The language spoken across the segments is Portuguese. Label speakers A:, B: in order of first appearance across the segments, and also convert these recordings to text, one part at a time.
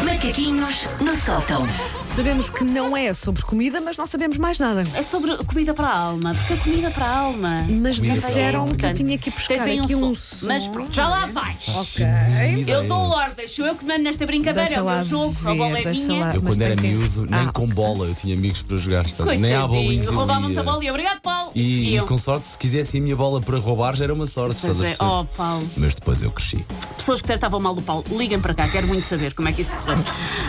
A: Macaquinhos no sótão.
B: Sabemos que não é sobre comida, mas não sabemos mais nada.
C: É sobre comida para a alma, porque a comida para a alma.
B: Mas
D: Comida
B: disseram
D: para
B: um que eu
C: Portanto,
B: tinha que buscar
C: tens aí
B: aqui um,
C: som.
B: som.
C: Mas pronto, já lá vais.
B: Ok.
C: Eu dou ordens, sou eu que mando nesta brincadeira,
B: Deixa
C: é o
B: lá
C: meu jogo, a
B: ver,
C: bola é
B: deixa
C: minha.
B: lá.
D: Eu,
B: Mas
D: quando era
B: tem que-
D: miúdo, nem
B: Ah,
D: com bola eu tinha amigos para jogar, portanto, nem à bolinha.
C: Coitadinho,
D: eu
C: roubavam-te
D: ia.
C: a bola e obrigado, Paulo.
D: eh, E,
C: eu.
D: com sorte, se quisesse a minha bola para roubar, já era uma sorte,
C: Pois é,
D: estás a perceber?
C: oh Paulo.
D: Mas depois eu cresci.
C: Pessoas que tratavam mal do Paulo, liguem para cá, quero muito saber como é que isso correu.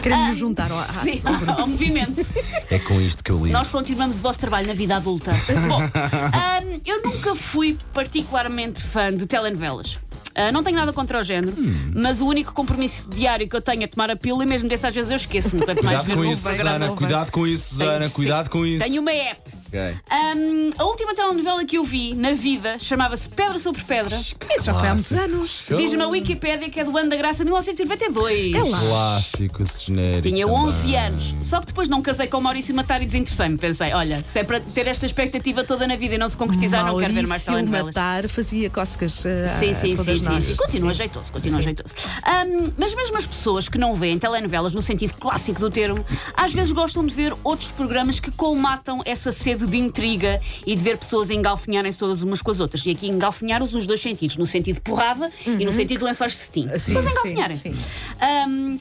B: Queremos
C: Ah,
B: nos juntar ao,
C: Sim, ao movimento.
D: É com isto que eu lido.
C: Nós continuamos o vosso trabalho na vida adulta. Bom, ahm, eu nunca fui particularmente fã de telenovelas. Ah, não tenho nada contra o género, mas o único compromisso diário que eu tenho é tomar a pílula e mesmo desse às vezes eu esqueço-me. Quanto mais
D: Cuidado
C: ver,
D: com
C: não
D: isso,
C: vai.
D: Susana.
B: não vai.
D: Cuidado com isso, Susana.
C: Tenho-
D: Cuidado com isso.
C: Tenho um uma app.
D: Ok.
C: Ahm, a última telenovela que eu vi na vida chamava-se Pedra sobre Pedra.
B: Isso já foi há muitos anos.
C: Diz-me a Wikipédia que é do ano da graça 1992.
B: É lá.
D: Clássico esse genérico.
C: Tinha
D: também.
C: 11 anos. Só que depois não casei com o Maurício Matar e desinteressei-me. Pensei, olha, se é para ter esta expectativa toda na vida e não se concretizar, não quero ver mais
B: Maurício
C: telenovelas.
B: matar fazia cócegas ah,
C: Sim, sim,
B: a
C: sim,
B: todas
C: sim,
B: nós.
C: sim. Continua jeitoso, continua jeitoso. Ahm, mas mesmo as pessoas que não veem telenovelas no sentido clássico do termo, às vezes gostam de ver outros programas que colmatam essa sede de intriga e de ver pessoas engalfinharem-se todas umas com as outras. E aqui engalfinharam-se nos dois sentidos, no sentido de porrada e no sentido de lençóis de cetim.
B: Uhum. Sim,
C: Pessoas
B: sim,
C: engalfinharem-se.
B: sim.
C: Ahm,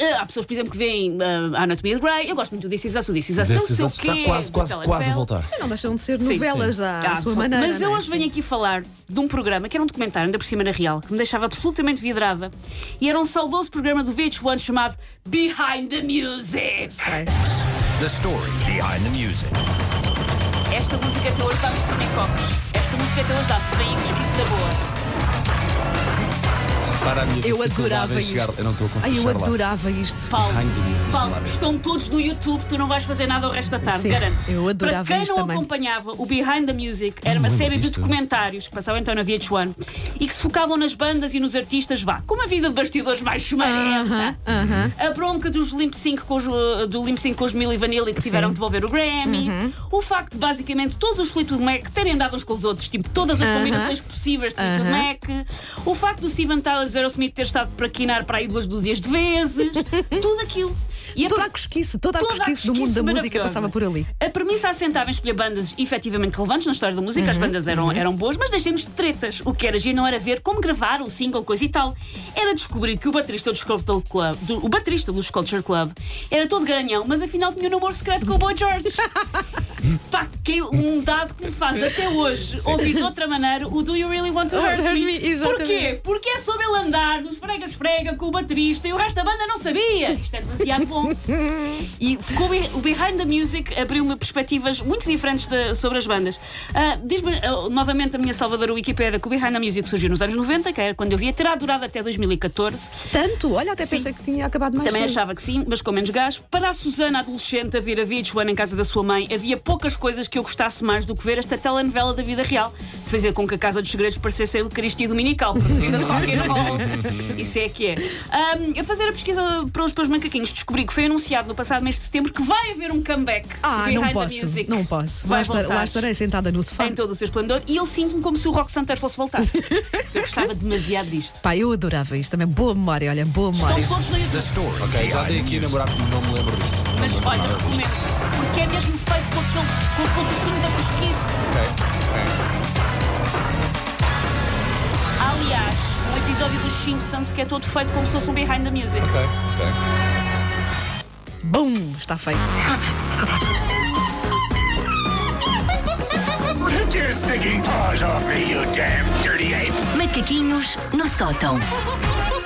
C: ah, Há pessoas, por exemplo, que veem ah, a Anatomia de Grey. Eu gosto muito do This Is Us, o This Is Us tem o
D: Desse-
C: seu
D: Está
C: quê
D: quase,
C: de
D: quase, quase a
C: telenovela.
D: voltar.
B: Sim, Não deixam de ser
C: Sim,
B: novelas à,
C: Ah,
B: sua
C: só-
B: maneira.
C: Mas eu
B: não é?
C: hoje venho aqui falar de um programa que era um documentário, ainda por cima na Real, que me deixava absolutamente vidrada. E era um saudoso programa do VH1 chamado Behind the Music.
B: Sei.
E: The story behind the music.
C: Esta música até hoje dá-me funicocos. Esta música até hoje dá-me bem esquisito da boa.
D: Para a minha
B: Eu
D: dificuldade
B: adorava
D: em chegar-
B: isto.
D: Eu não estou a
B: Ai,
D: conseguir
B: eu
D: chegar lá.
B: adorava isto.
C: Paulo,
D: Behind the Music, lá
C: Paulo
D: ver.
C: estão todos no YouTube, tu não vais fazer nada o resto da tarde,
B: Sim,
C: garanto.
B: eu adorava
C: Para quem
B: isto
C: não
B: também.
C: acompanhava, o Behind the Music era uma
D: lembro
C: série de
D: disto.
C: documentários que passavam então na VH1 e que se focavam nas bandas e nos artistas, vá, com uma vida de bastidores mais chumarenta.
B: Aham, aham.
C: A bronca dos Limp 5 com os, uh, do Limp 5 com os Milli Vanilli que tiveram de devolver o Grammy.
B: Uhum.
C: O facto de basicamente todos os Fleetwood Mac terem andado uns com os outros, tipo todas as combinações possíveis de Fleetwood Mac. O facto do Steven Tyler dos Aerosmith ter estado para quinar para aí duas dúzias de vezes. tudo aquilo. E a
B: Toda a cosquice, toda a
C: Toda a
B: cosquice do mundo
C: cosquice
B: da música
C: maravilhosa.
B: passava por ali.
C: a premissa assentava em escolher bandas efetivamente relevantes na história da música, as bandas eram, eram boas, mas deixemos de tretas. O que era giro não era ver como gravar o single, coisa e tal. Era descobrir que o baterista dos Culture Club, do- o baterista dos Culture Club, era todo garanhão, mas afinal tinha um namoro secreto com o Boy George. Pá, que um dado que me faz até hoje ouvir de outra maneira o Do You Really Want to
B: Oh,
C: Hurt
B: hurt
C: Me?
B: me, exatamente.
C: Porquê? Porque é sobre ele andar nos fregas-frega com o baterista e o resto da banda não sabia. Isto é demasiado bom. E ficou be- o Behind the Music abriu-me perspectivas muito diferentes de- sobre as bandas. Ah, Diz-me ah, novamente a minha salvadora Wikipédia que o Behind the Music surgiu nos anos 90, que era quando eu via, terá durado até 2014.
B: Tanto, olha, até
C: Sim.
B: pensei que tinha acabado mais
C: Também
B: cedo.
C: achava que sim, mas com menos gás. Para a Susana, adolescente, a ver a VH1 em casa da sua mãe, havia poucas coisas que eu gostasse mais do que ver esta telenovela da vida real, que fazia com que a Casa dos Segredos parecesse a Eucaristia Dominical, prometida de rock and roll. Isso é que é. Ahm, eu fazer a pesquisa para os, para os macaquinhos, descobri que foi anunciado no passado mês de setembro que vai haver um comeback.
B: Ah,
C: Behind
B: não
C: the
B: posso,
C: Music.
B: não posso. Lá,
C: Vai
B: estar- lá
C: voltar
B: estarei sentada no sofá.
C: Em todo o seu esplendor, e eu sinto-me como se o Rock Santer fosse voltar. Eu gostava demasiado disto.
B: Pá, eu adorava isto também. Boa memória, olha, boa memória.
C: Estão todos no
E: The
C: YouTube.
E: story
D: Ok, já
E: behind
D: dei
E: the
D: aqui
E: music.
D: a namorar, não me lembro disto. Não
C: Mas
D: me lembro
C: olha,
D: nada disto.
C: recomendo porque é mesmo feito com aquele, com aquele docinho da cosquice. Aliás, um episódio dos Simpsons que é todo feito como se fosse um behind the music.
D: Ok, ok.
B: Bum, está feito.
F: Take your stinking paws off me, you damn dirty ape!
A: Macaquinhos no sótão.